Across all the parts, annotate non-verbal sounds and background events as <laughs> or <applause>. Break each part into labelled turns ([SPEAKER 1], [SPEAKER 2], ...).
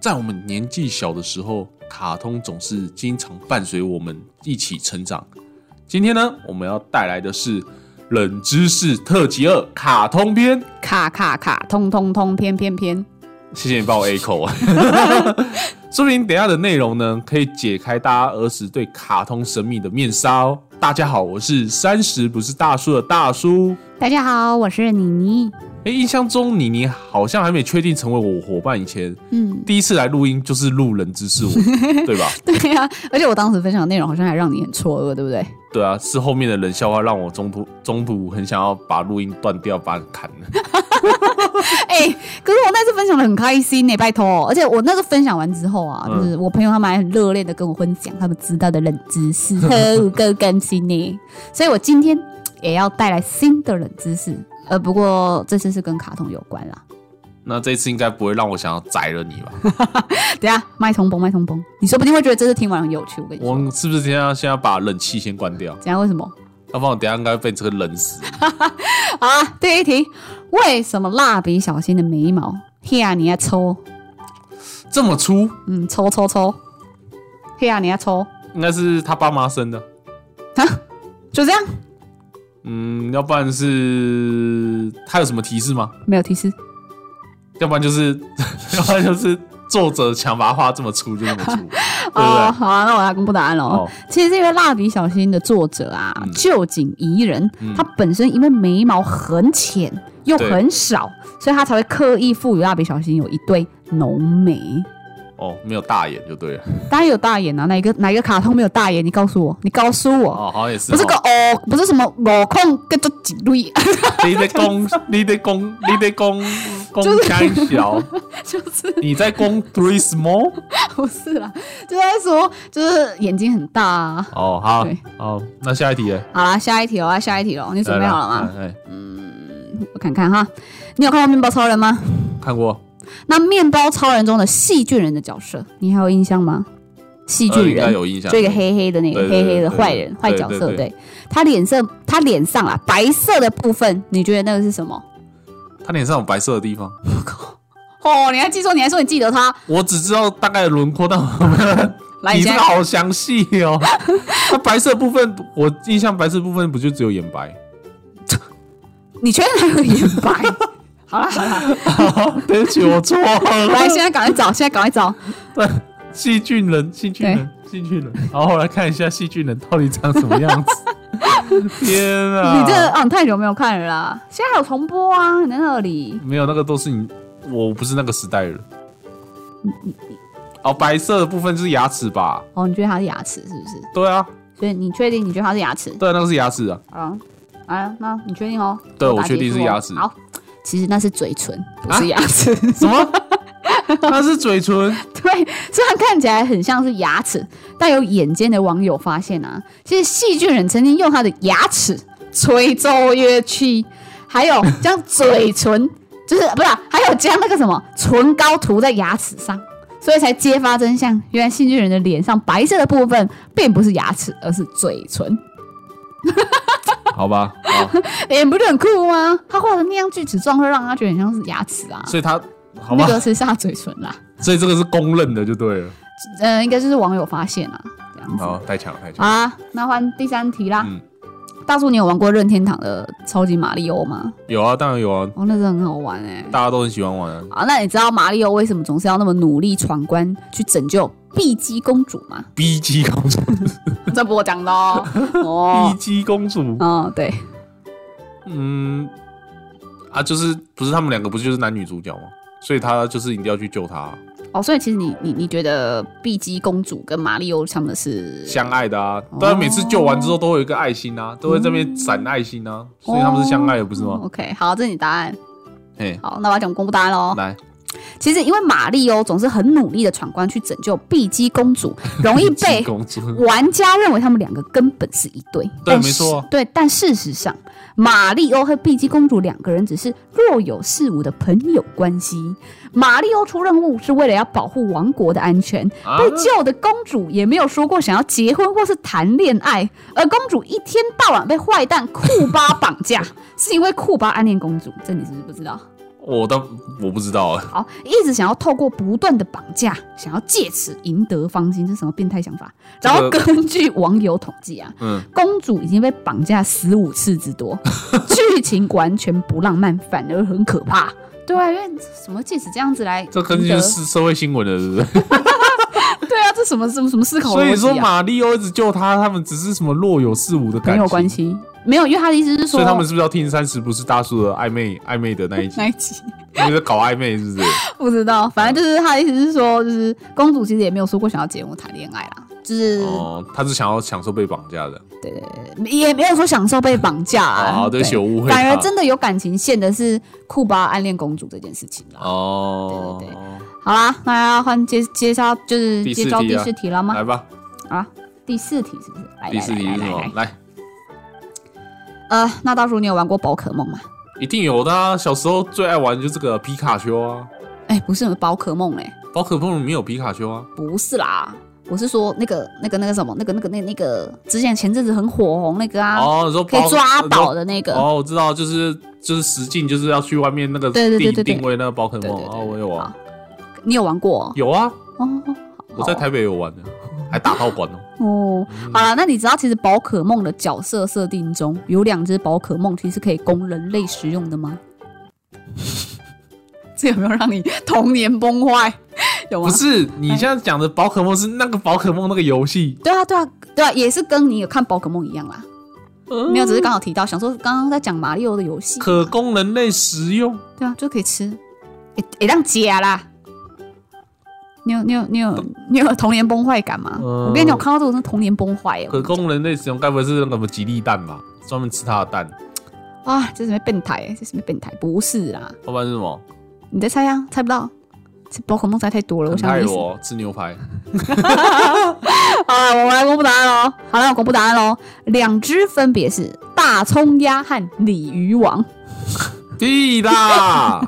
[SPEAKER 1] 在我们年纪小的时候，卡通总是经常伴随我们一起成长。今天呢，我们要带来的是《冷知识特辑二》卡通篇。 <laughs>
[SPEAKER 2] 卡卡卡，通通通，偏偏偏。
[SPEAKER 1] 谢谢你帮我 A 口啊， <laughs> 说不定等一下的内容呢，可以解开大家儿时对卡通神秘的面纱哦。大家好，我是三十不是大叔的大叔。
[SPEAKER 2] 大家好，我是妮妮。
[SPEAKER 1] 哎、印象中妮妮好像还没确定成为我伙伴以前，
[SPEAKER 2] 嗯，
[SPEAKER 1] 第一次来录音就是录人知识我，对吧？
[SPEAKER 2] <laughs> 对呀、而且我当时分享的内容好像还让你很错愕，对不对？
[SPEAKER 1] 对啊，是后面的冷笑话让我中途中途很想要把录音断掉，把它砍了。
[SPEAKER 2] <laughs>
[SPEAKER 1] <laughs>
[SPEAKER 2] 哎、可是我那次分享的很开心呢、拜托。而且我那次分享完之后啊，
[SPEAKER 1] 嗯
[SPEAKER 2] 就是我朋友他们还很热烈的跟我分享他们知道的冷知识，呵，更更新 <laughs> 呢。所以我今天也要带来新的冷知识，呃，不过这次是跟卡通有关 <laughs> 啦。
[SPEAKER 1] 那这次应该不会让我想要宰了
[SPEAKER 2] <laughs>
[SPEAKER 1] 你吧？
[SPEAKER 2] 等一下麦通崩麦通崩，你说不定会觉得这次听完很有趣。我跟你
[SPEAKER 1] 我
[SPEAKER 2] 说，
[SPEAKER 1] 们是不是今天要先要把冷气先关掉？
[SPEAKER 2] 等一下为什么？
[SPEAKER 1] 要不然我等一下应该被这个冷死。
[SPEAKER 2] 好啊，第一题，为什么蜡笔小新的眉毛嘿呀你要抽？
[SPEAKER 1] 这么粗，
[SPEAKER 2] 啊嗯，抽抽抽，嘿呀你要抽，
[SPEAKER 1] 应该是他爸妈生的。
[SPEAKER 2] 就这样，
[SPEAKER 1] 嗯，要不然是他有什么提示吗？
[SPEAKER 2] 没有提示。
[SPEAKER 1] 要不然就是， <laughs> 要不然就是作者想把它画这么粗就这
[SPEAKER 2] <laughs>
[SPEAKER 1] 么粗，对不
[SPEAKER 2] 哦，
[SPEAKER 1] 对？
[SPEAKER 2] 好啊，那我来公布答案喽。
[SPEAKER 1] 哦，
[SPEAKER 2] 其实这个蜡笔小新的作者啊，
[SPEAKER 1] 嗯
[SPEAKER 2] 旧井宜人，
[SPEAKER 1] 嗯
[SPEAKER 2] 他本身因为眉毛很浅又
[SPEAKER 1] 对
[SPEAKER 2] 很少，所以他才会刻意赋予蜡笔小新有一对浓眉。
[SPEAKER 1] 哦，没有大眼就对了。
[SPEAKER 2] 当然有大眼啊，哪一个哪一个卡通没有大眼？你告诉我，你告诉我，
[SPEAKER 1] 哦，好像也是。
[SPEAKER 2] 不是个哦，不是什么我控跟着几类。
[SPEAKER 1] 你在攻，你在攻，你在攻攻干小，
[SPEAKER 2] <laughs> 就是
[SPEAKER 1] <laughs> 你在攻 three small。
[SPEAKER 2] 不是啦， <laughs> 就在说就是眼睛很大啊。
[SPEAKER 1] 哦，好
[SPEAKER 2] 对，
[SPEAKER 1] 好，那下一题嘞，
[SPEAKER 2] 好啦，下一题哦，下一题喽，你准备好了吗？
[SPEAKER 1] 来？来哎来
[SPEAKER 2] 我看看哈，你有看过《面包超人》吗？
[SPEAKER 1] 看过
[SPEAKER 2] 那《面包超人》中的细菌人的角色，你还有印象吗？细
[SPEAKER 1] 呃
[SPEAKER 2] 菌
[SPEAKER 1] 应该
[SPEAKER 2] 人，
[SPEAKER 1] 有印象。
[SPEAKER 2] 就一个黑黑的那
[SPEAKER 1] 对
[SPEAKER 2] 个
[SPEAKER 1] 对对
[SPEAKER 2] 黑黑的
[SPEAKER 1] 对
[SPEAKER 2] 坏人
[SPEAKER 1] 对
[SPEAKER 2] 坏角
[SPEAKER 1] 对
[SPEAKER 2] 色，
[SPEAKER 1] 对
[SPEAKER 2] 对，他脸色他脸上啊白色的部分，你觉得那个是什么？
[SPEAKER 1] 他脸上有白色的地方，
[SPEAKER 2] 哦，你还记错，你还说你记得他，
[SPEAKER 1] 我只知道大概的轮廓，但我 <laughs>
[SPEAKER 2] 来，
[SPEAKER 1] 你
[SPEAKER 2] 你
[SPEAKER 1] 这个
[SPEAKER 2] 现在
[SPEAKER 1] 好详细
[SPEAKER 2] <laughs>
[SPEAKER 1] 哦。那白色部分，我印象白色部分不就只有眼
[SPEAKER 2] <laughs>
[SPEAKER 1] 白？
[SPEAKER 2] 你确定他有眼
[SPEAKER 1] <laughs>
[SPEAKER 2] 白？好啦好啦，
[SPEAKER 1] 对不起，我错
[SPEAKER 2] <laughs> 来，
[SPEAKER 1] 了。
[SPEAKER 2] 现在赶快找，现在赶快找，
[SPEAKER 1] 啊细菌人，细菌人，细菌人。好，我来看一下细菌人到底长什么样
[SPEAKER 2] <laughs>
[SPEAKER 1] 子。天啊！
[SPEAKER 2] 你这个啊，你太久没有看了啦，现在还有重播啊，你在那里。
[SPEAKER 1] 没有，那个都是你，我不是那个时代人。哦，白色的部分就是牙齿吧？
[SPEAKER 2] 哦，你觉得它是牙齿是不是？
[SPEAKER 1] 对啊，
[SPEAKER 2] 所以你确定你觉得它是牙齿？
[SPEAKER 1] 对啊，那个是牙齿啊。
[SPEAKER 2] 好了，来了，那你确定哦？
[SPEAKER 1] 对
[SPEAKER 2] 打
[SPEAKER 1] 我确定
[SPEAKER 2] 结束
[SPEAKER 1] 是
[SPEAKER 2] 哦
[SPEAKER 1] 牙齿啊
[SPEAKER 2] 好，其实那是嘴唇，不是牙齿。 <laughs>
[SPEAKER 1] 什么？那是嘴唇？
[SPEAKER 2] 对，虽然看起来很像是牙齿，但有眼尖的网友发现啊，其实细菌人曾经用他的牙齿吹奏乐器，还有将嘴唇，就是不是啊、还有将那个什么唇膏涂在牙齿上，所以才揭发真相。原来细菌人的脸上白色的部分并不是牙齿，而是嘴唇。
[SPEAKER 1] 好吧，好，
[SPEAKER 2] 哎、不是很酷吗？他画的那样锯齿状会让他觉得很像是牙齿啊，
[SPEAKER 1] 所以它好
[SPEAKER 2] 那
[SPEAKER 1] 吧，
[SPEAKER 2] 个是下嘴唇啦。
[SPEAKER 1] 所以这个是公认的就对了。
[SPEAKER 2] 嗯，应该就是网友发现啊，这样子。
[SPEAKER 1] 好，太强了，太强
[SPEAKER 2] 好
[SPEAKER 1] 了。
[SPEAKER 2] 啦，那换第三题啦。
[SPEAKER 1] 嗯
[SPEAKER 2] 大叔，你有玩过任天堂的超级马里奥吗？
[SPEAKER 1] 有啊，当然有啊，
[SPEAKER 2] 哦，那真的很好玩哎、
[SPEAKER 1] 大家都很喜欢玩啊。
[SPEAKER 2] 啊，那你知道马里奥为什么总是要那么努力闯关去拯救碧姬公主
[SPEAKER 1] <laughs>
[SPEAKER 2] 吗？
[SPEAKER 1] B G 公主
[SPEAKER 2] 这不我讲的
[SPEAKER 1] <laughs>
[SPEAKER 2] 哦。
[SPEAKER 1] ，B
[SPEAKER 2] 哦，
[SPEAKER 1] G 公主，
[SPEAKER 2] 哦，对，
[SPEAKER 1] 嗯，啊，就是不是他们两个不是就是男女主角吗？所以他就是一定要去救她，啊
[SPEAKER 2] 哦，所以其实你你你觉得碧姬公主跟马里奥他们是
[SPEAKER 1] 相爱的啊。
[SPEAKER 2] 哦
[SPEAKER 1] 当然每次救完之后都会有一个爱心啊，都会这边闪爱心啊，所以他们是相爱的，不是
[SPEAKER 2] 嗯哦
[SPEAKER 1] 吗？
[SPEAKER 2] ？OK，好，这是你答案。
[SPEAKER 1] 嘿，
[SPEAKER 2] 好，那我要讲公布答案喽。
[SPEAKER 1] 来，
[SPEAKER 2] 其实因为马里奥总是很努力的闯关去拯救碧姬
[SPEAKER 1] <laughs>
[SPEAKER 2] 公主，容易
[SPEAKER 1] 七
[SPEAKER 2] 被
[SPEAKER 1] 公主，
[SPEAKER 2] 玩家认为他们两个根本是一对，
[SPEAKER 1] 对
[SPEAKER 2] 但是
[SPEAKER 1] 没错
[SPEAKER 2] 对，但事实上，马里欧和碧姬公主两个人只是若有似无的朋友关系。马里欧出任务是为了要保护王国的安全，
[SPEAKER 1] 啊
[SPEAKER 2] 被救的公主也没有说过想要结婚或是谈恋爱，而公主一天
[SPEAKER 1] <laughs>
[SPEAKER 2] 到晚被坏蛋库巴绑架，是因为库巴暗恋公主，这你是不是不知道？
[SPEAKER 1] 我当我不知道啊，
[SPEAKER 2] 好，一直想要透过不断的绑架，想要借此赢得芳心，这是什么变态想法？
[SPEAKER 1] 这
[SPEAKER 2] 然
[SPEAKER 1] 个
[SPEAKER 2] 后根据网友统计啊，
[SPEAKER 1] 嗯，
[SPEAKER 2] 公主已经被绑架十五次之
[SPEAKER 1] <laughs>
[SPEAKER 2] 多，剧情完全不浪漫，反而很可怕。对啊，因为什么借此这样子来赢得，
[SPEAKER 1] 这根据是社会新闻的，是不是？
[SPEAKER 2] 对啊，这什么什么什么思考
[SPEAKER 1] 所
[SPEAKER 2] 逻
[SPEAKER 1] 以说
[SPEAKER 2] 辑啊？
[SPEAKER 1] 马里奥一直救他，他们只是什么若有似无的感
[SPEAKER 2] 没
[SPEAKER 1] 情，
[SPEAKER 2] 有关系，没有，因为他的意思是说，
[SPEAKER 1] 所以他们是不是要听三十不是大叔的暧昧暧昧的那一集？
[SPEAKER 2] 那一集
[SPEAKER 1] 因为在搞暧昧是不是？
[SPEAKER 2] 不知道，反正就是他的意思是说，就是公主其实也没有说过想要结婚谈恋爱啦，就是、
[SPEAKER 1] 哦，他是想要享受被绑架的
[SPEAKER 2] 也没有说享受被绑架啊。
[SPEAKER 1] 啊！对不起，我误会他。
[SPEAKER 2] 反而真的有感情线的是库巴暗恋公主这件事情啦。
[SPEAKER 1] 哦，
[SPEAKER 2] 对对好啦，那要换接接绍就是
[SPEAKER 1] 第四
[SPEAKER 2] 接招
[SPEAKER 1] 题
[SPEAKER 2] 第
[SPEAKER 1] 啊
[SPEAKER 2] 四题了吗？
[SPEAKER 1] 来吧，
[SPEAKER 2] 啊，第四题是不是？来
[SPEAKER 1] 第四题
[SPEAKER 2] 来
[SPEAKER 1] 是
[SPEAKER 2] 来
[SPEAKER 1] 什
[SPEAKER 2] 来
[SPEAKER 1] 么
[SPEAKER 2] 来？
[SPEAKER 1] 来，
[SPEAKER 2] 呃，那大叔，你有玩过宝可梦吗？
[SPEAKER 1] 一定有的啊！小时候最爱玩的就是这个皮卡丘啊，
[SPEAKER 2] 哎、不是宝可梦哎、
[SPEAKER 1] 宝可梦里面有皮卡丘啊。
[SPEAKER 2] 不是啦，我是说那个那个那个什么，那个那个那那个之前前阵子很火红那个啊，
[SPEAKER 1] 哦，你说
[SPEAKER 2] 可以
[SPEAKER 1] 宝
[SPEAKER 2] 抓宝的那个。
[SPEAKER 1] 哦，我知道，就是就是实境，就是要去外面那个
[SPEAKER 2] 对对对
[SPEAKER 1] 定
[SPEAKER 2] 对对
[SPEAKER 1] 定位那个宝可
[SPEAKER 2] 对对
[SPEAKER 1] 梦
[SPEAKER 2] 对
[SPEAKER 1] 哦，我有
[SPEAKER 2] 好
[SPEAKER 1] 玩，
[SPEAKER 2] 你有玩过哦？
[SPEAKER 1] 有啊，
[SPEAKER 2] 哦
[SPEAKER 1] 我在台北有玩的，还打道
[SPEAKER 2] <laughs>
[SPEAKER 1] 馆哦。
[SPEAKER 2] 哦，好了，那你知道其实宝可梦的角色设定中有两只宝可梦其实可以供人类食用的吗？ <laughs> 这有没有让你童年崩坏？有
[SPEAKER 1] 不
[SPEAKER 2] 吗？
[SPEAKER 1] 是，你现在讲的宝可梦是那个宝可梦那个游戏，
[SPEAKER 2] 对啊，对啊，对啊，也是跟你有看宝可梦一样啦。没有，只是刚好提到，想说刚刚在讲马里奥的游
[SPEAKER 1] 嗯
[SPEAKER 2] 戏，
[SPEAKER 1] 可供人类食用。
[SPEAKER 2] 对啊，就可以吃，也也让假啦。你有你有你有你有童年崩坏感吗？
[SPEAKER 1] 嗯
[SPEAKER 2] 我跟你讲，我看到这种是童年崩坏耶！
[SPEAKER 1] 可供人类使用，该不会是那个什么吉利蛋吧？专门吃它的蛋，
[SPEAKER 2] 啊，这是什么变态耶？这是什么变态？不是啦，
[SPEAKER 1] 要不然是什么？
[SPEAKER 2] 你再猜啊，猜不到。这宝可梦猜太多了，我
[SPEAKER 1] 肯
[SPEAKER 2] 想
[SPEAKER 1] 泰
[SPEAKER 2] 你死。
[SPEAKER 1] 罗吃牛排，
[SPEAKER 2] <laughs> 好了，我们来公布答案喽。好了，我公布答案喽。两只分别是大葱鸭和鲤鱼王。
[SPEAKER 1] 屁
[SPEAKER 2] <laughs>
[SPEAKER 1] 啦！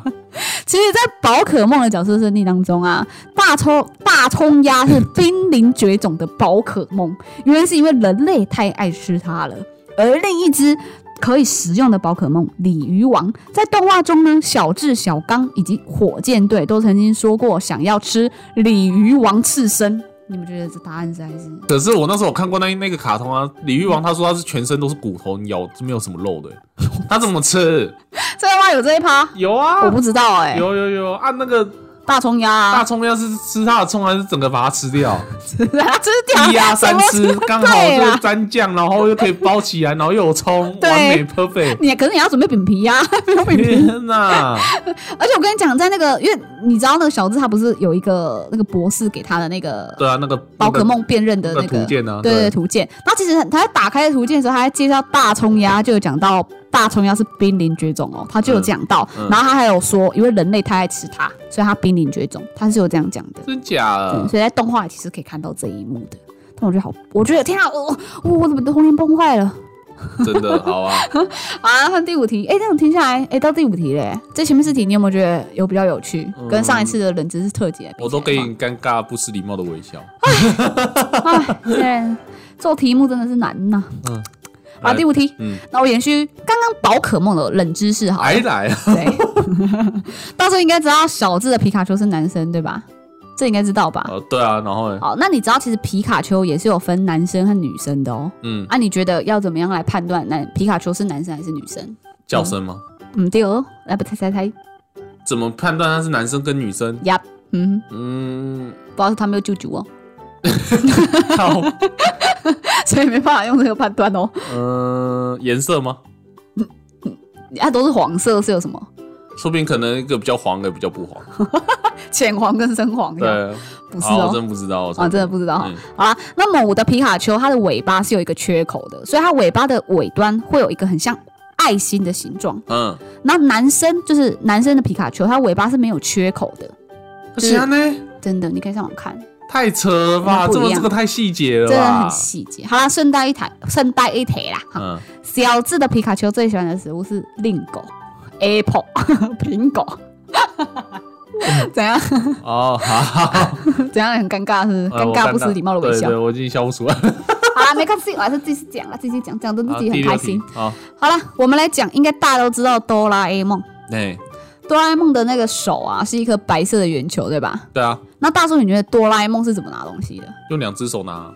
[SPEAKER 2] 其实，在宝可梦的角色设定当中啊，大葱大葱鸭是濒临绝种的宝可梦， <laughs> 原因是因为人类太爱吃它了。而另一只可以食用的宝可梦鲤鱼王，在动画中呢，小智、小刚以及火箭队都曾经说过想要吃鲤鱼王刺身。你们觉得这答案实在是？
[SPEAKER 1] 可是我那时候我看过那那个卡通啊，鲤鱼王他说他是全身都是骨头，咬是没有什么肉的、 <laughs> 他怎么吃？
[SPEAKER 2] 真的吗？有这一趴？
[SPEAKER 1] 有啊，
[SPEAKER 2] 我不知道哎、
[SPEAKER 1] 有有有啊，那个
[SPEAKER 2] 大葱鸭、 <laughs>
[SPEAKER 1] 大
[SPEAKER 2] 啊，
[SPEAKER 1] 葱要是吃它的葱，还是整个把它吃
[SPEAKER 2] <laughs>
[SPEAKER 1] 掉？
[SPEAKER 2] 吃掉
[SPEAKER 1] 一鸭三
[SPEAKER 2] 啊什么
[SPEAKER 1] 吃，刚好
[SPEAKER 2] 对啊
[SPEAKER 1] 就
[SPEAKER 2] 啦
[SPEAKER 1] 是沾酱，然后又可以包起来，然后又有葱，
[SPEAKER 2] 对
[SPEAKER 1] 完美
[SPEAKER 2] <laughs>
[SPEAKER 1] perfect。
[SPEAKER 2] 你可是你要准备饼皮啊呀、没有饼皮。
[SPEAKER 1] 天哪！
[SPEAKER 2] 而且我跟你讲，在那个，因为你知道那个小智他不是有一个那个博士给他的那个
[SPEAKER 1] 对啊，那个
[SPEAKER 2] 宝可梦辨认的
[SPEAKER 1] 那个那
[SPEAKER 2] 那个
[SPEAKER 1] 个图鉴啊，
[SPEAKER 2] 对对图鉴。那其实他在打开图鉴的时候，他在介绍大葱鸭就有讲到大葱鸭是濒临绝种哦，他就有讲到，
[SPEAKER 1] 嗯嗯
[SPEAKER 2] 然后他还有说，因为人类太爱吃它，所以它濒临绝种，他是有这样讲的。
[SPEAKER 1] 真假
[SPEAKER 2] 对，
[SPEAKER 1] 的？
[SPEAKER 2] 所以在动画其实可以看到这一幕的。但我觉得好，我觉得天啊，我我我怎么童年崩坏了
[SPEAKER 1] 真的好啊！
[SPEAKER 2] 啊！看第五题，哎，这样听下来，哎，到第五题嘞，这前面四题你有没有觉得有比较有趣？跟上一次的冷知识特辑来比起来的
[SPEAKER 1] 嗯
[SPEAKER 2] 话，
[SPEAKER 1] 我都给你尴尬不失礼貌的微笑。
[SPEAKER 2] <laughs> 哎，现在做题目真的是难呐、好，
[SPEAKER 1] 来
[SPEAKER 2] 第五题，
[SPEAKER 1] 嗯
[SPEAKER 2] 那我延续刚刚宝可梦的冷知识
[SPEAKER 1] <laughs>
[SPEAKER 2] 好了，
[SPEAKER 1] 还来啊？
[SPEAKER 2] 对，到时候应该知道小智的皮卡丘是男生对吧？这应该知道吧？
[SPEAKER 1] 哦，对啊，然后呢？
[SPEAKER 2] 好，那你知道其实皮卡丘也是有分男生和女生的哦。
[SPEAKER 1] 嗯，
[SPEAKER 2] 啊，你觉得要怎么样来判断男皮卡丘是男生还是女生？
[SPEAKER 1] 叫声吗？
[SPEAKER 2] 嗯，第二，来不猜猜猜，
[SPEAKER 1] 怎么判断他是男生跟女生？
[SPEAKER 2] 呀，嗯，
[SPEAKER 1] 嗯，
[SPEAKER 2] 不知道是他没有舅舅哦， <laughs>
[SPEAKER 1] 靠，
[SPEAKER 2] 所以没办法用这个判断哦。
[SPEAKER 1] 嗯，颜色吗？
[SPEAKER 2] 啊，都是黄色是有什么？
[SPEAKER 1] 说不定可能一个比较黄，一个比较不
[SPEAKER 2] <laughs>
[SPEAKER 1] 黄。
[SPEAKER 2] 浅黄跟深黄，
[SPEAKER 1] 对，，
[SPEAKER 2] 不是
[SPEAKER 1] 啊，我
[SPEAKER 2] 哦。
[SPEAKER 1] 真不知道，我
[SPEAKER 2] 啊，真的不知道哈
[SPEAKER 1] 嗯。
[SPEAKER 2] 好啦，那么我的皮卡丘它的尾巴是有一个缺口的，所以它尾巴的尾端会有一个很像爱心的形状。
[SPEAKER 1] 嗯，
[SPEAKER 2] 那男生就是男生的皮卡丘，它尾巴是没有缺口的，
[SPEAKER 1] 不
[SPEAKER 2] 是
[SPEAKER 1] 行啊呢，
[SPEAKER 2] 真的，你可以上网看，
[SPEAKER 1] 太扯了吧？
[SPEAKER 2] 那不
[SPEAKER 1] 这
[SPEAKER 2] 一样
[SPEAKER 1] 么这个太细节了
[SPEAKER 2] 真的
[SPEAKER 1] 吧
[SPEAKER 2] 很？细节。好啦，顺带一台，顺带一提啦。哈
[SPEAKER 1] 嗯，
[SPEAKER 2] 小智的皮卡丘最喜欢的食物是令狗，apple <laughs> 苹果。 <laughs> 怎样？
[SPEAKER 1] 哦，好，
[SPEAKER 2] 怎样？很尴尬是不是？
[SPEAKER 1] 呃
[SPEAKER 2] 尴
[SPEAKER 1] 我
[SPEAKER 2] 尬不失礼貌的微笑
[SPEAKER 1] 对对，。我已经笑不出
[SPEAKER 2] <laughs>
[SPEAKER 1] 来，
[SPEAKER 2] 好啦，没看自己，我还是继续讲啦，继续讲，讲的自
[SPEAKER 1] 好第
[SPEAKER 2] 己很
[SPEAKER 1] 六哦
[SPEAKER 2] 开心
[SPEAKER 1] 题。，好，
[SPEAKER 2] 好了，我们来讲，应该大家都知道哆啦 A 梦。
[SPEAKER 1] 对，
[SPEAKER 2] 哆啦 A 梦的那个手啊是一颗白色的圆球，对吧？
[SPEAKER 1] 对啊，
[SPEAKER 2] 那大叔，你觉得哆啦 A 梦是怎么拿东西的？
[SPEAKER 1] 用两只手
[SPEAKER 2] <sighs>
[SPEAKER 1] 拿，
[SPEAKER 2] 啊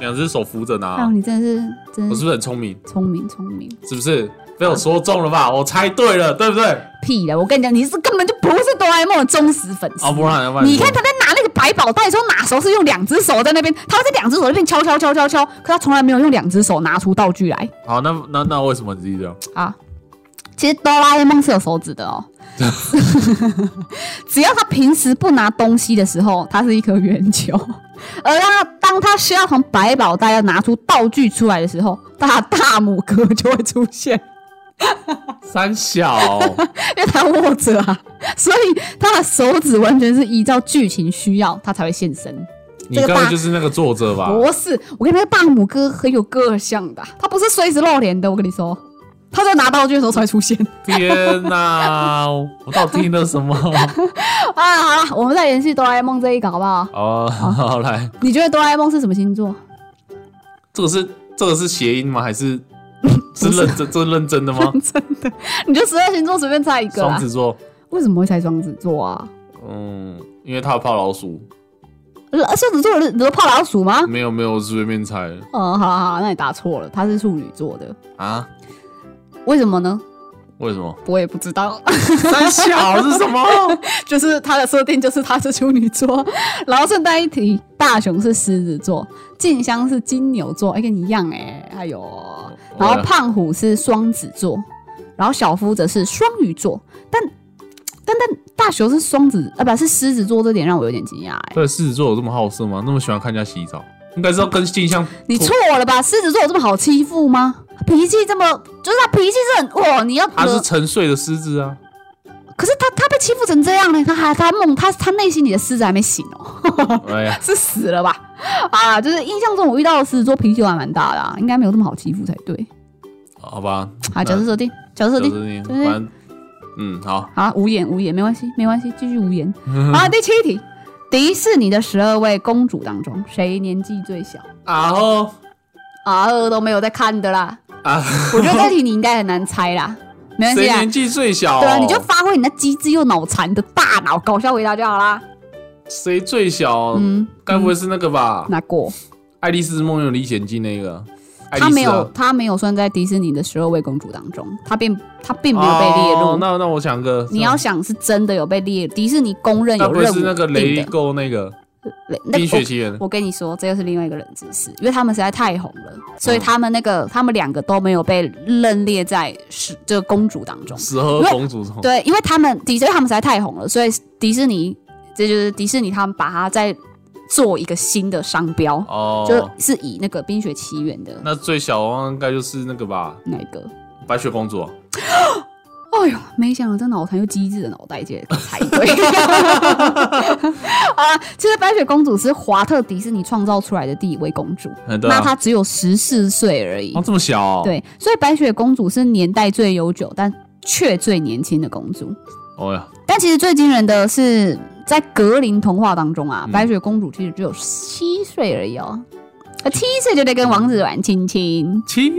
[SPEAKER 1] 两只手扶着
[SPEAKER 2] 啊，
[SPEAKER 1] 拿，
[SPEAKER 2] 你真的是真
[SPEAKER 1] 我
[SPEAKER 2] 的
[SPEAKER 1] 是
[SPEAKER 2] 是
[SPEAKER 1] 不是很聪明？
[SPEAKER 2] 聪明聪明，
[SPEAKER 1] 是不是被我说中了吧？我猜对了，对不对？
[SPEAKER 2] 屁的！我跟你讲，你是根本就不是哆啦 A 梦的忠实粉丝。
[SPEAKER 1] 啊，不然要不然
[SPEAKER 2] 你
[SPEAKER 1] 说
[SPEAKER 2] 看他在拿那个百宝袋的时候，哪时候是用两只手在那边？他会在两只手那边敲敲敲敲敲，可他从来没有用两只手拿出道具来
[SPEAKER 1] 好，那那那为什么你自己这样？
[SPEAKER 2] 啊。其实哆啦 A 梦是有手指的哦，只要他平时不拿东西的时候，它是一颗圆球；而当他当他需要从百宝袋要拿出道具出来的时候，他的大拇哥就会出现。
[SPEAKER 1] 三小，
[SPEAKER 2] <laughs> 因为他握着啊，所以他的手指完全是依照剧情需要，他才会现身。
[SPEAKER 1] 你
[SPEAKER 2] 这个
[SPEAKER 1] 该
[SPEAKER 2] 大
[SPEAKER 1] 不会就是那个作者吧？
[SPEAKER 2] 不是，我跟你说，大拇哥很有个性的，他不是随时露脸的。我跟你说，他在拿道具的时候才会出现。
[SPEAKER 1] <laughs> 天哪，我到底听了什么？ <laughs>
[SPEAKER 2] 啊，好了，我们再延续哆啦 A 梦这一个好不好？
[SPEAKER 1] 哦，好来，
[SPEAKER 2] 你觉得哆啦 A 梦是什么星座？
[SPEAKER 1] 这个是这个是谐音吗？还
[SPEAKER 2] <laughs>
[SPEAKER 1] 是是认真？这是认真的吗？
[SPEAKER 2] <laughs> 真的，你就十二星座随便猜一个啊
[SPEAKER 1] 双
[SPEAKER 2] 啦。
[SPEAKER 1] 子座，
[SPEAKER 2] 为什么会猜双子座啊？
[SPEAKER 1] 嗯，因为他怕老鼠，
[SPEAKER 2] 呃双子座的你说怕老鼠吗？
[SPEAKER 1] 没有没有，我随便猜
[SPEAKER 2] 嗯，好了好了，那你答错了，他是处女座的。
[SPEAKER 1] 啊？
[SPEAKER 2] 为什么呢？
[SPEAKER 1] 为
[SPEAKER 2] <laughs>
[SPEAKER 1] 什么？
[SPEAKER 2] 我也不知道。
[SPEAKER 1] 三小是什么？
[SPEAKER 2] 就是他的设定就是他是处女座，然后顺带一提，大雄是狮子座，静香是金牛座，哎、跟你一样哎、哎呦， <laughs> 然
[SPEAKER 1] 啊
[SPEAKER 2] 后胖虎是双子座，然后小夫则是双鱼座，但但但大雄是双子啊，不是狮子座，这点让我有点惊讶哎，
[SPEAKER 1] 对，狮子座有这么好色吗？那么喜欢看人家洗澡，应该是要跟镜像
[SPEAKER 2] <laughs> 你错了吧？狮子座有这么好欺负吗？脾气这么，就是他脾气是很哇，你要
[SPEAKER 1] 他是
[SPEAKER 2] 惹
[SPEAKER 1] 沉睡的狮子
[SPEAKER 2] <laughs>
[SPEAKER 1] 啊，
[SPEAKER 2] 可是他他被欺负成这样呢，他还他梦他他内心里的狮子还没醒哦。
[SPEAKER 1] 哎呀，
[SPEAKER 2] 是死了吧？啊，就是印象中我遇到的狮子座脾气都还蛮大的、啊，应该没有这么好欺负才对。
[SPEAKER 1] 好吧，
[SPEAKER 2] 啊，角色设定，角色设
[SPEAKER 1] 就
[SPEAKER 2] 定，
[SPEAKER 1] 是你，
[SPEAKER 2] 对
[SPEAKER 1] 反正，嗯，好，
[SPEAKER 2] 好，无言无言，没关系，没关系，继续
[SPEAKER 1] <laughs>
[SPEAKER 2] 无言。好，第七题，迪士尼的十二位公主当中，谁年纪最小？
[SPEAKER 1] 然后
[SPEAKER 2] 啊，二都没有在看的啦。
[SPEAKER 1] 啊，
[SPEAKER 2] 我觉得这题你应该很难猜啦，没关
[SPEAKER 1] 谁
[SPEAKER 2] 系啊
[SPEAKER 1] 年。纪哦最小？
[SPEAKER 2] 对啊，你就发挥你那机智又脑残的大脑搞笑回答就好啦。
[SPEAKER 1] 谁最小？
[SPEAKER 2] 嗯，
[SPEAKER 1] 哦该不会是那个吧？
[SPEAKER 2] 那过，
[SPEAKER 1] 爱丽丝梦游历险记那个？爱丽丝
[SPEAKER 2] 她
[SPEAKER 1] 啊
[SPEAKER 2] 没有，她没有算在迪士尼的十二位公主当中，她并她并没有被列入。
[SPEAKER 1] 哦那那我想个，嗯
[SPEAKER 2] 你要想是真的有被列，迪士尼公认
[SPEAKER 1] 该
[SPEAKER 2] 有
[SPEAKER 1] 不会
[SPEAKER 2] 任务
[SPEAKER 1] 是那个
[SPEAKER 2] 定
[SPEAKER 1] 雷
[SPEAKER 2] 的
[SPEAKER 1] 勾那个
[SPEAKER 2] 雷那
[SPEAKER 1] 冰雪
[SPEAKER 2] 个
[SPEAKER 1] 奇缘
[SPEAKER 2] 我。？我跟你说，这又是另外一个冷知识，因为他们实在太红了，所以他们那
[SPEAKER 1] 嗯
[SPEAKER 2] 个、他们两个都没有被认列在是这个公主当中。
[SPEAKER 1] 十和公主从
[SPEAKER 2] 对，因为他们迪士尼他们实在太红了，所以迪士尼这就是迪士尼他们把它再做一个新的商标，
[SPEAKER 1] 哦
[SPEAKER 2] 就，是以那个《冰雪奇缘》的
[SPEAKER 1] 那最小应该就是那个吧，
[SPEAKER 2] 那
[SPEAKER 1] <laughs>
[SPEAKER 2] 个。
[SPEAKER 1] 白雪公主啊。
[SPEAKER 2] 哎呦，没想到这脑残又机智的脑袋，竟然猜 <laughs> 对啊！其实白雪公主是华特迪士尼创造出来的第一位公主，
[SPEAKER 1] 嗯对啊
[SPEAKER 2] 那她只有十四岁而已
[SPEAKER 1] 哦，。这么小哦。
[SPEAKER 2] 对，所以白雪公主是年代最悠久，但却最年轻的公主。
[SPEAKER 1] 哦呀，
[SPEAKER 2] 但其实最惊人的是，在格林童话当中啊，
[SPEAKER 1] 嗯
[SPEAKER 2] 白雪公主其实只有七岁而已哦。呃七岁就得跟王子玩亲亲，
[SPEAKER 1] 七，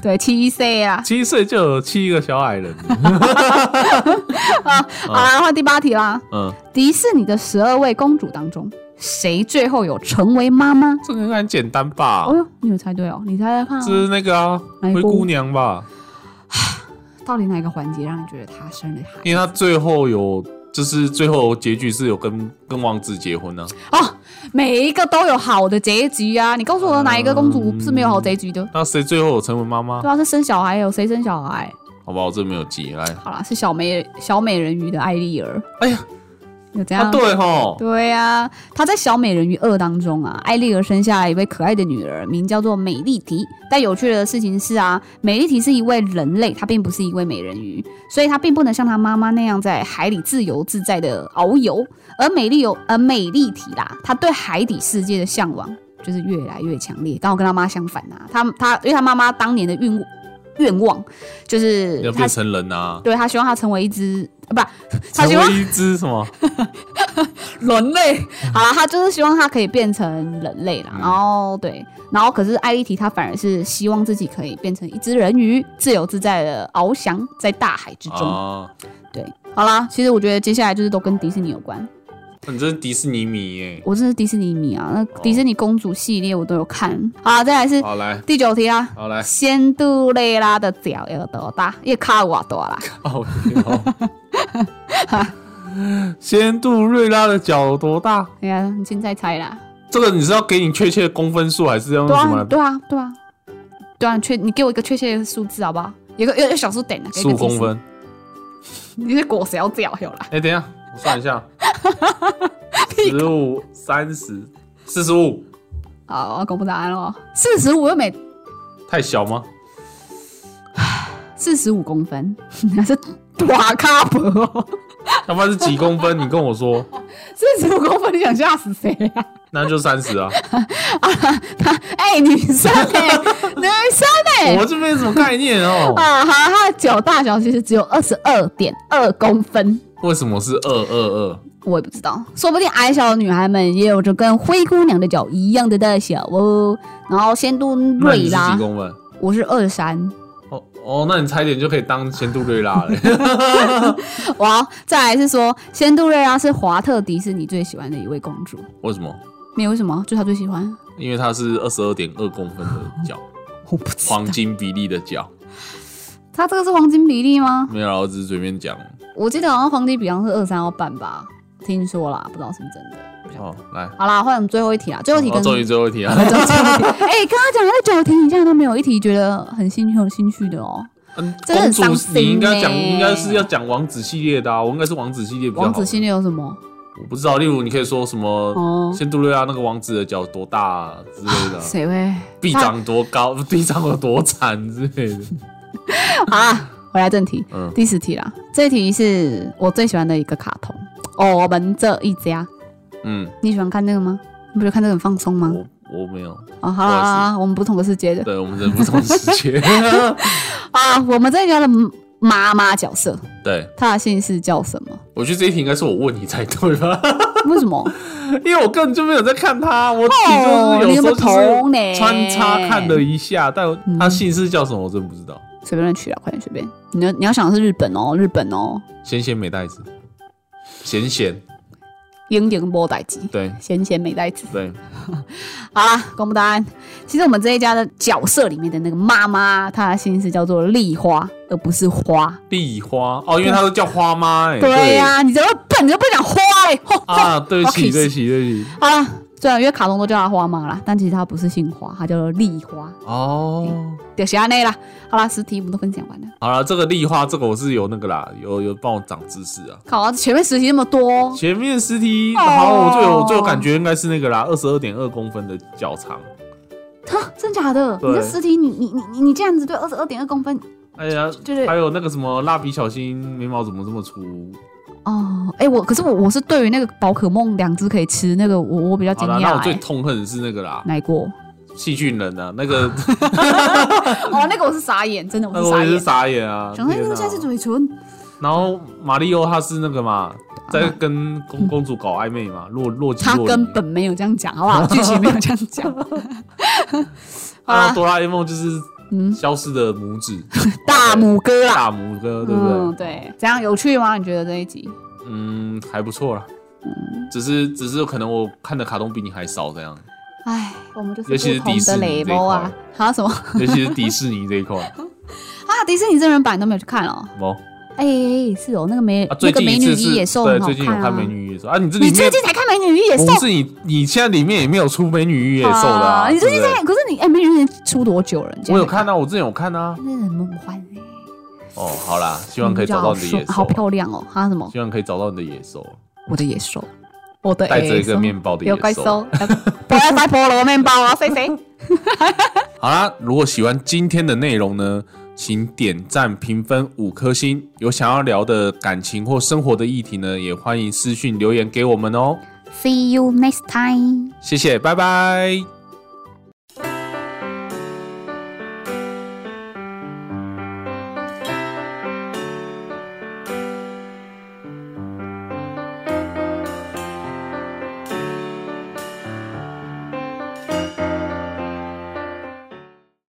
[SPEAKER 2] 对，七岁啊
[SPEAKER 1] 七岁就有七个小矮
[SPEAKER 2] <laughs>
[SPEAKER 1] 人。哦
[SPEAKER 2] 好啦，换第八题啦。
[SPEAKER 1] 嗯，
[SPEAKER 2] 迪士尼的十二位公主当中，谁最后有成为妈妈？
[SPEAKER 1] 这个应该很简单吧？
[SPEAKER 2] 哦呦，你有猜对哦，你猜猜看、
[SPEAKER 1] 这
[SPEAKER 2] 啊，
[SPEAKER 1] 是那个啊，
[SPEAKER 2] 哪一
[SPEAKER 1] 灰
[SPEAKER 2] 部
[SPEAKER 1] 姑娘吧？
[SPEAKER 2] 到底哪一个环节让你觉得她生了孩
[SPEAKER 1] 因为她最后有，就是最后结局是有跟跟王子结婚呢、啊
[SPEAKER 2] 哦，每一个都有好的结局啊！你告诉我哪一个公主是没有好结局的？
[SPEAKER 1] 那谁最后有成为妈妈？
[SPEAKER 2] 对啊，是生小孩有谁生小孩？
[SPEAKER 1] 好吧，我这没有记。来，
[SPEAKER 2] 好啦，是小美小美人鱼的艾丽儿。
[SPEAKER 1] 哎呀，
[SPEAKER 2] 有这样、
[SPEAKER 1] 啊对吼，
[SPEAKER 2] 对呀、她在《小美人鱼二》当中啊，艾丽儿生下了一位可爱的女儿，名叫做美丽缇。但有趣的事情是啊，美丽缇是一位人类，她并不是一位美人鱼，所以她并不能像她妈妈那样在海里自由自在的遨游。而美丽游，而美丽缇啦，她对海底世界的向往就是越来越强烈。刚好跟她妈相反啊，她她因为她妈妈当年的愿愿望就是
[SPEAKER 1] 要
[SPEAKER 2] 她
[SPEAKER 1] 变，成人啊，
[SPEAKER 2] 呃对她希望她成为一只，啊不，她
[SPEAKER 1] 成
[SPEAKER 2] 希望
[SPEAKER 1] 为一只什么
[SPEAKER 2] 人类。
[SPEAKER 1] 嗯
[SPEAKER 2] 好了，他就是希望他可以变成人类啦。然后对，然后可是艾丽缇她反而是希望自己可以变成一只人鱼，自由自在的翱翔在大海之中。
[SPEAKER 1] 啊，
[SPEAKER 2] 对，好啦，其实我觉得接下来就是都跟迪士尼有关。
[SPEAKER 1] 那你真是迪士尼迷耶！
[SPEAKER 2] 我真的是迪士尼迷啊，
[SPEAKER 1] 哦
[SPEAKER 2] 那迪士尼公主系列我都有看。好啦，再来是
[SPEAKER 1] 好来，
[SPEAKER 2] 第九题啊。 <laughs>
[SPEAKER 1] 好来，
[SPEAKER 2] 仙杜蕾拉的脚有多大？一卡有
[SPEAKER 1] <laughs>
[SPEAKER 2] 多大啦？
[SPEAKER 1] 哦，仙杜瑞拉的脚有多大？
[SPEAKER 2] 哎呀，你现在猜啦。
[SPEAKER 1] 这个你是要给你确切的公分数，还是要用
[SPEAKER 2] 对
[SPEAKER 1] 什么
[SPEAKER 2] 啊，
[SPEAKER 1] 来？
[SPEAKER 2] 对啊，对啊，对啊，你确你给我一个确切的数字好不好？有个有有小数点啊的，给一
[SPEAKER 1] 十
[SPEAKER 2] 个
[SPEAKER 1] 五
[SPEAKER 2] 提
[SPEAKER 1] 公，
[SPEAKER 2] 示
[SPEAKER 1] 分。
[SPEAKER 2] 你是果谁要掉有啦？
[SPEAKER 1] 哎、等一下，我算一
[SPEAKER 2] <laughs>
[SPEAKER 1] 下，十五、三十、四十五，
[SPEAKER 2] 好，我要公布答案喽，四十五又没
[SPEAKER 1] 太小吗？
[SPEAKER 2] 四十五公分，那是大卡薄哦，
[SPEAKER 1] 要不然是几公分？你跟我说，
[SPEAKER 2] 四十五公分，你想吓死谁啊？
[SPEAKER 1] 那就三十啊。
[SPEAKER 2] 哎、女生哎、女生哎、
[SPEAKER 1] 我这边什么概念哦？
[SPEAKER 2] 啊，好，它的脚大小其实只有二十二点二公分。
[SPEAKER 1] 为什么是二二二？
[SPEAKER 2] 我也不知道，说不定矮小的女孩们也有着跟灰姑娘的脚一样的大小哦。然后仙杜
[SPEAKER 1] 那你
[SPEAKER 2] 瑞
[SPEAKER 1] 是
[SPEAKER 2] 拉
[SPEAKER 1] 几，公分？
[SPEAKER 2] 我是二三。
[SPEAKER 1] 哦哦，那你差一点就可以当仙杜瑞拉了。 <laughs>
[SPEAKER 2] 哇，再来是说仙杜瑞拉是华特迪士尼最喜欢的一位公主，
[SPEAKER 1] 为什么？
[SPEAKER 2] 没有为什么，就她最喜欢。
[SPEAKER 1] 因为它是二十二点二公分的
[SPEAKER 2] <laughs>
[SPEAKER 1] 脚，
[SPEAKER 2] 我不知道
[SPEAKER 1] 黄，金比例的脚。
[SPEAKER 2] 她这个是黄金比例吗？
[SPEAKER 1] 没有啦，我只是随便讲。
[SPEAKER 2] 我记得好像黄金比例是二三要半吧，听说啦，不知道是不是真的。
[SPEAKER 1] 哦，来，
[SPEAKER 2] 好啦，换我们最后一题啦，最后一题
[SPEAKER 1] 哦
[SPEAKER 2] 跟
[SPEAKER 1] 终于最后一题啊。
[SPEAKER 2] <laughs> 哎，刚刚讲的那九题，你现在都没有一题觉得很兴趣、很兴趣的哦。
[SPEAKER 1] 嗯，
[SPEAKER 2] 真
[SPEAKER 1] 公
[SPEAKER 2] 的很
[SPEAKER 1] 主
[SPEAKER 2] 伤
[SPEAKER 1] 你
[SPEAKER 2] 心
[SPEAKER 1] 应该讲，
[SPEAKER 2] 呢
[SPEAKER 1] 应该是要讲王子系列的啊，我应该是王子系列比较好。
[SPEAKER 2] 王子系列有什么？
[SPEAKER 1] 我不知道，例如你可以说什么
[SPEAKER 2] 哦，
[SPEAKER 1] 仙杜瑞拉那个王子的脚多大啊之类的啊，
[SPEAKER 2] 谁会？
[SPEAKER 1] 臂长多高， <laughs> 臂长有多长之类的。
[SPEAKER 2] 啊，回来正题，
[SPEAKER 1] 嗯
[SPEAKER 2] 第十题啦。这一题是我最喜欢的一个卡通，哦，我们这一家。
[SPEAKER 1] 嗯，
[SPEAKER 2] 你喜欢看那个吗？你不觉得看这个很放松吗？
[SPEAKER 1] 我我没有，
[SPEAKER 2] 哦，好啦，好啦我们不同个世界的
[SPEAKER 1] 对我们人不同世 <laughs> 界。
[SPEAKER 2] 啊。我们这一家的妈妈角色，
[SPEAKER 1] 对，
[SPEAKER 2] 她的姓氏叫什
[SPEAKER 1] <laughs>
[SPEAKER 2] 么？
[SPEAKER 1] 我觉得这一题应该是我问你才对吧？ <laughs>
[SPEAKER 2] 为什么？
[SPEAKER 1] 因为我根本就没有在看他，我顶
[SPEAKER 2] 哦你
[SPEAKER 1] 多是有
[SPEAKER 2] 有没有
[SPEAKER 1] 时候
[SPEAKER 2] 头嗯
[SPEAKER 1] 就
[SPEAKER 2] 呢？
[SPEAKER 1] 是穿插看了，一下，但他姓氏叫什么我真不知道。
[SPEAKER 2] 随便乱取啊，快点随便。你要你要想的是日本哦，日本哦，
[SPEAKER 1] 咸咸美代子，咸咸，
[SPEAKER 2] 英英波代基，
[SPEAKER 1] 对
[SPEAKER 2] 闲闲美代子。
[SPEAKER 1] 对，
[SPEAKER 2] 好啦，公布答案。其实我们这一家的角色里面的那个妈妈，她的姓氏叫做丽花，而不是花。
[SPEAKER 1] 丽花哦，因为他都叫花妈哎。
[SPEAKER 2] 对呀、你怎么笨？你都不讲花哎、欸！吼
[SPEAKER 1] 啊，对不起，
[SPEAKER 2] Hawkins
[SPEAKER 1] 对不起，对不起。
[SPEAKER 2] 好啦，虽然因为卡通都叫她花妈啦，但其实她不是姓花，她叫做丽花，
[SPEAKER 1] 哦，
[SPEAKER 2] 就是安内啦。好啦，十题我们都分享完了。
[SPEAKER 1] 好了，这个丽花，这个我是有那个啦，有有帮我长知识啊。
[SPEAKER 2] 靠、啊，前面十题那么多，
[SPEAKER 1] 前面尸体，
[SPEAKER 2] 哦
[SPEAKER 1] 好，我最有我最有感觉应该是那个啦，二十二点二公分的脚长。
[SPEAKER 2] 哈，真假的？
[SPEAKER 1] 对
[SPEAKER 2] 你这十题，你你你你你这样子对二十二点二公分，
[SPEAKER 1] 哎呀，
[SPEAKER 2] 就是
[SPEAKER 1] 还有那个什么蜡笔小新眉毛怎么这么粗？
[SPEAKER 2] 哦，哎、我可是我我是对于那个宝可梦两只可以吃那个，我我比较
[SPEAKER 1] 好
[SPEAKER 2] 惊
[SPEAKER 1] 啦，那
[SPEAKER 2] 讶、
[SPEAKER 1] 我最
[SPEAKER 2] 欸。
[SPEAKER 1] 痛恨的是那个啦，
[SPEAKER 2] 哪一锅？
[SPEAKER 1] 细菌人啊，那
[SPEAKER 2] <laughs>
[SPEAKER 1] 个
[SPEAKER 2] 哦，那个我是傻眼，真的
[SPEAKER 1] 那个
[SPEAKER 2] 我是
[SPEAKER 1] 我也
[SPEAKER 2] 傻
[SPEAKER 1] 是
[SPEAKER 2] 眼。
[SPEAKER 1] 傻眼啊。
[SPEAKER 2] 想说哎
[SPEAKER 1] 天哪
[SPEAKER 2] 那个现在是嘴唇，
[SPEAKER 1] 然后马里奥他是那个嘛，
[SPEAKER 2] 嗯
[SPEAKER 1] 在跟公公主搞暧昧嘛，洛洛基
[SPEAKER 2] 他
[SPEAKER 1] 洛里
[SPEAKER 2] 根本没有这样讲，好
[SPEAKER 1] <laughs>
[SPEAKER 2] 不好？剧情没有这样讲。好
[SPEAKER 1] 然
[SPEAKER 2] 啦
[SPEAKER 1] 后，哆啦 A 梦就是
[SPEAKER 2] 嗯
[SPEAKER 1] 消失的拇指，
[SPEAKER 2] 大拇哥啦，
[SPEAKER 1] 大拇哥，对不对
[SPEAKER 2] 嗯，？对，怎样有趣吗？你觉得这一集？
[SPEAKER 1] 嗯，还不错啦。
[SPEAKER 2] 嗯
[SPEAKER 1] 只是只是可能我看的卡通比你还少这样，
[SPEAKER 2] 唉，我们就
[SPEAKER 1] 尤其
[SPEAKER 2] 是
[SPEAKER 1] 是
[SPEAKER 2] 不
[SPEAKER 1] 迪
[SPEAKER 2] 同
[SPEAKER 1] 士
[SPEAKER 2] 的
[SPEAKER 1] 尼
[SPEAKER 2] 雷
[SPEAKER 1] 这一
[SPEAKER 2] 波啊！啊什么
[SPEAKER 1] 尤其是迪士尼这一块。
[SPEAKER 2] 啊？迪士尼真人版都没有去看哦。
[SPEAKER 1] 哦，
[SPEAKER 2] 哎、是哦，那个美、
[SPEAKER 1] 啊，最
[SPEAKER 2] 那个
[SPEAKER 1] 近
[SPEAKER 2] 美
[SPEAKER 1] 一
[SPEAKER 2] 女
[SPEAKER 1] 次
[SPEAKER 2] 与
[SPEAKER 1] 是
[SPEAKER 2] 野兽
[SPEAKER 1] 对，
[SPEAKER 2] 很好
[SPEAKER 1] 最近有
[SPEAKER 2] 看
[SPEAKER 1] 看
[SPEAKER 2] 啊。
[SPEAKER 1] 美女与野兽啊，你这里
[SPEAKER 2] 你最
[SPEAKER 1] 面
[SPEAKER 2] 近才看美女与野兽
[SPEAKER 1] 不是你，你现在里面也没有出美女与野兽的啊。
[SPEAKER 2] 你最
[SPEAKER 1] 对
[SPEAKER 2] 近
[SPEAKER 1] 不对
[SPEAKER 2] 在，可是你哎、美女与野兽出多久了？你竟然
[SPEAKER 1] 我有
[SPEAKER 2] 没，
[SPEAKER 1] 看啊，我之前有看啊。
[SPEAKER 2] 那很梦幻哎、
[SPEAKER 1] 哦，好啦，希望可以找到你的野
[SPEAKER 2] 好
[SPEAKER 1] 兽，
[SPEAKER 2] 漂亮哦！哈什么？
[SPEAKER 1] 希望可以找到你的野兽，
[SPEAKER 2] 我的野兽，我的
[SPEAKER 1] 带着一
[SPEAKER 2] 野
[SPEAKER 1] 个
[SPEAKER 2] 兽
[SPEAKER 1] 面包的
[SPEAKER 2] 有怪
[SPEAKER 1] 野兽。
[SPEAKER 2] 兽， <laughs> 不要再菠萝面包啊，菲菲。
[SPEAKER 1] 好啦，如果喜欢今天的内容呢，请点赞、评分五颗星。有想要聊的感情或生活的议题呢，也欢迎私讯留言给我们哦。
[SPEAKER 2] See you next time.
[SPEAKER 1] 谢谢，拜拜。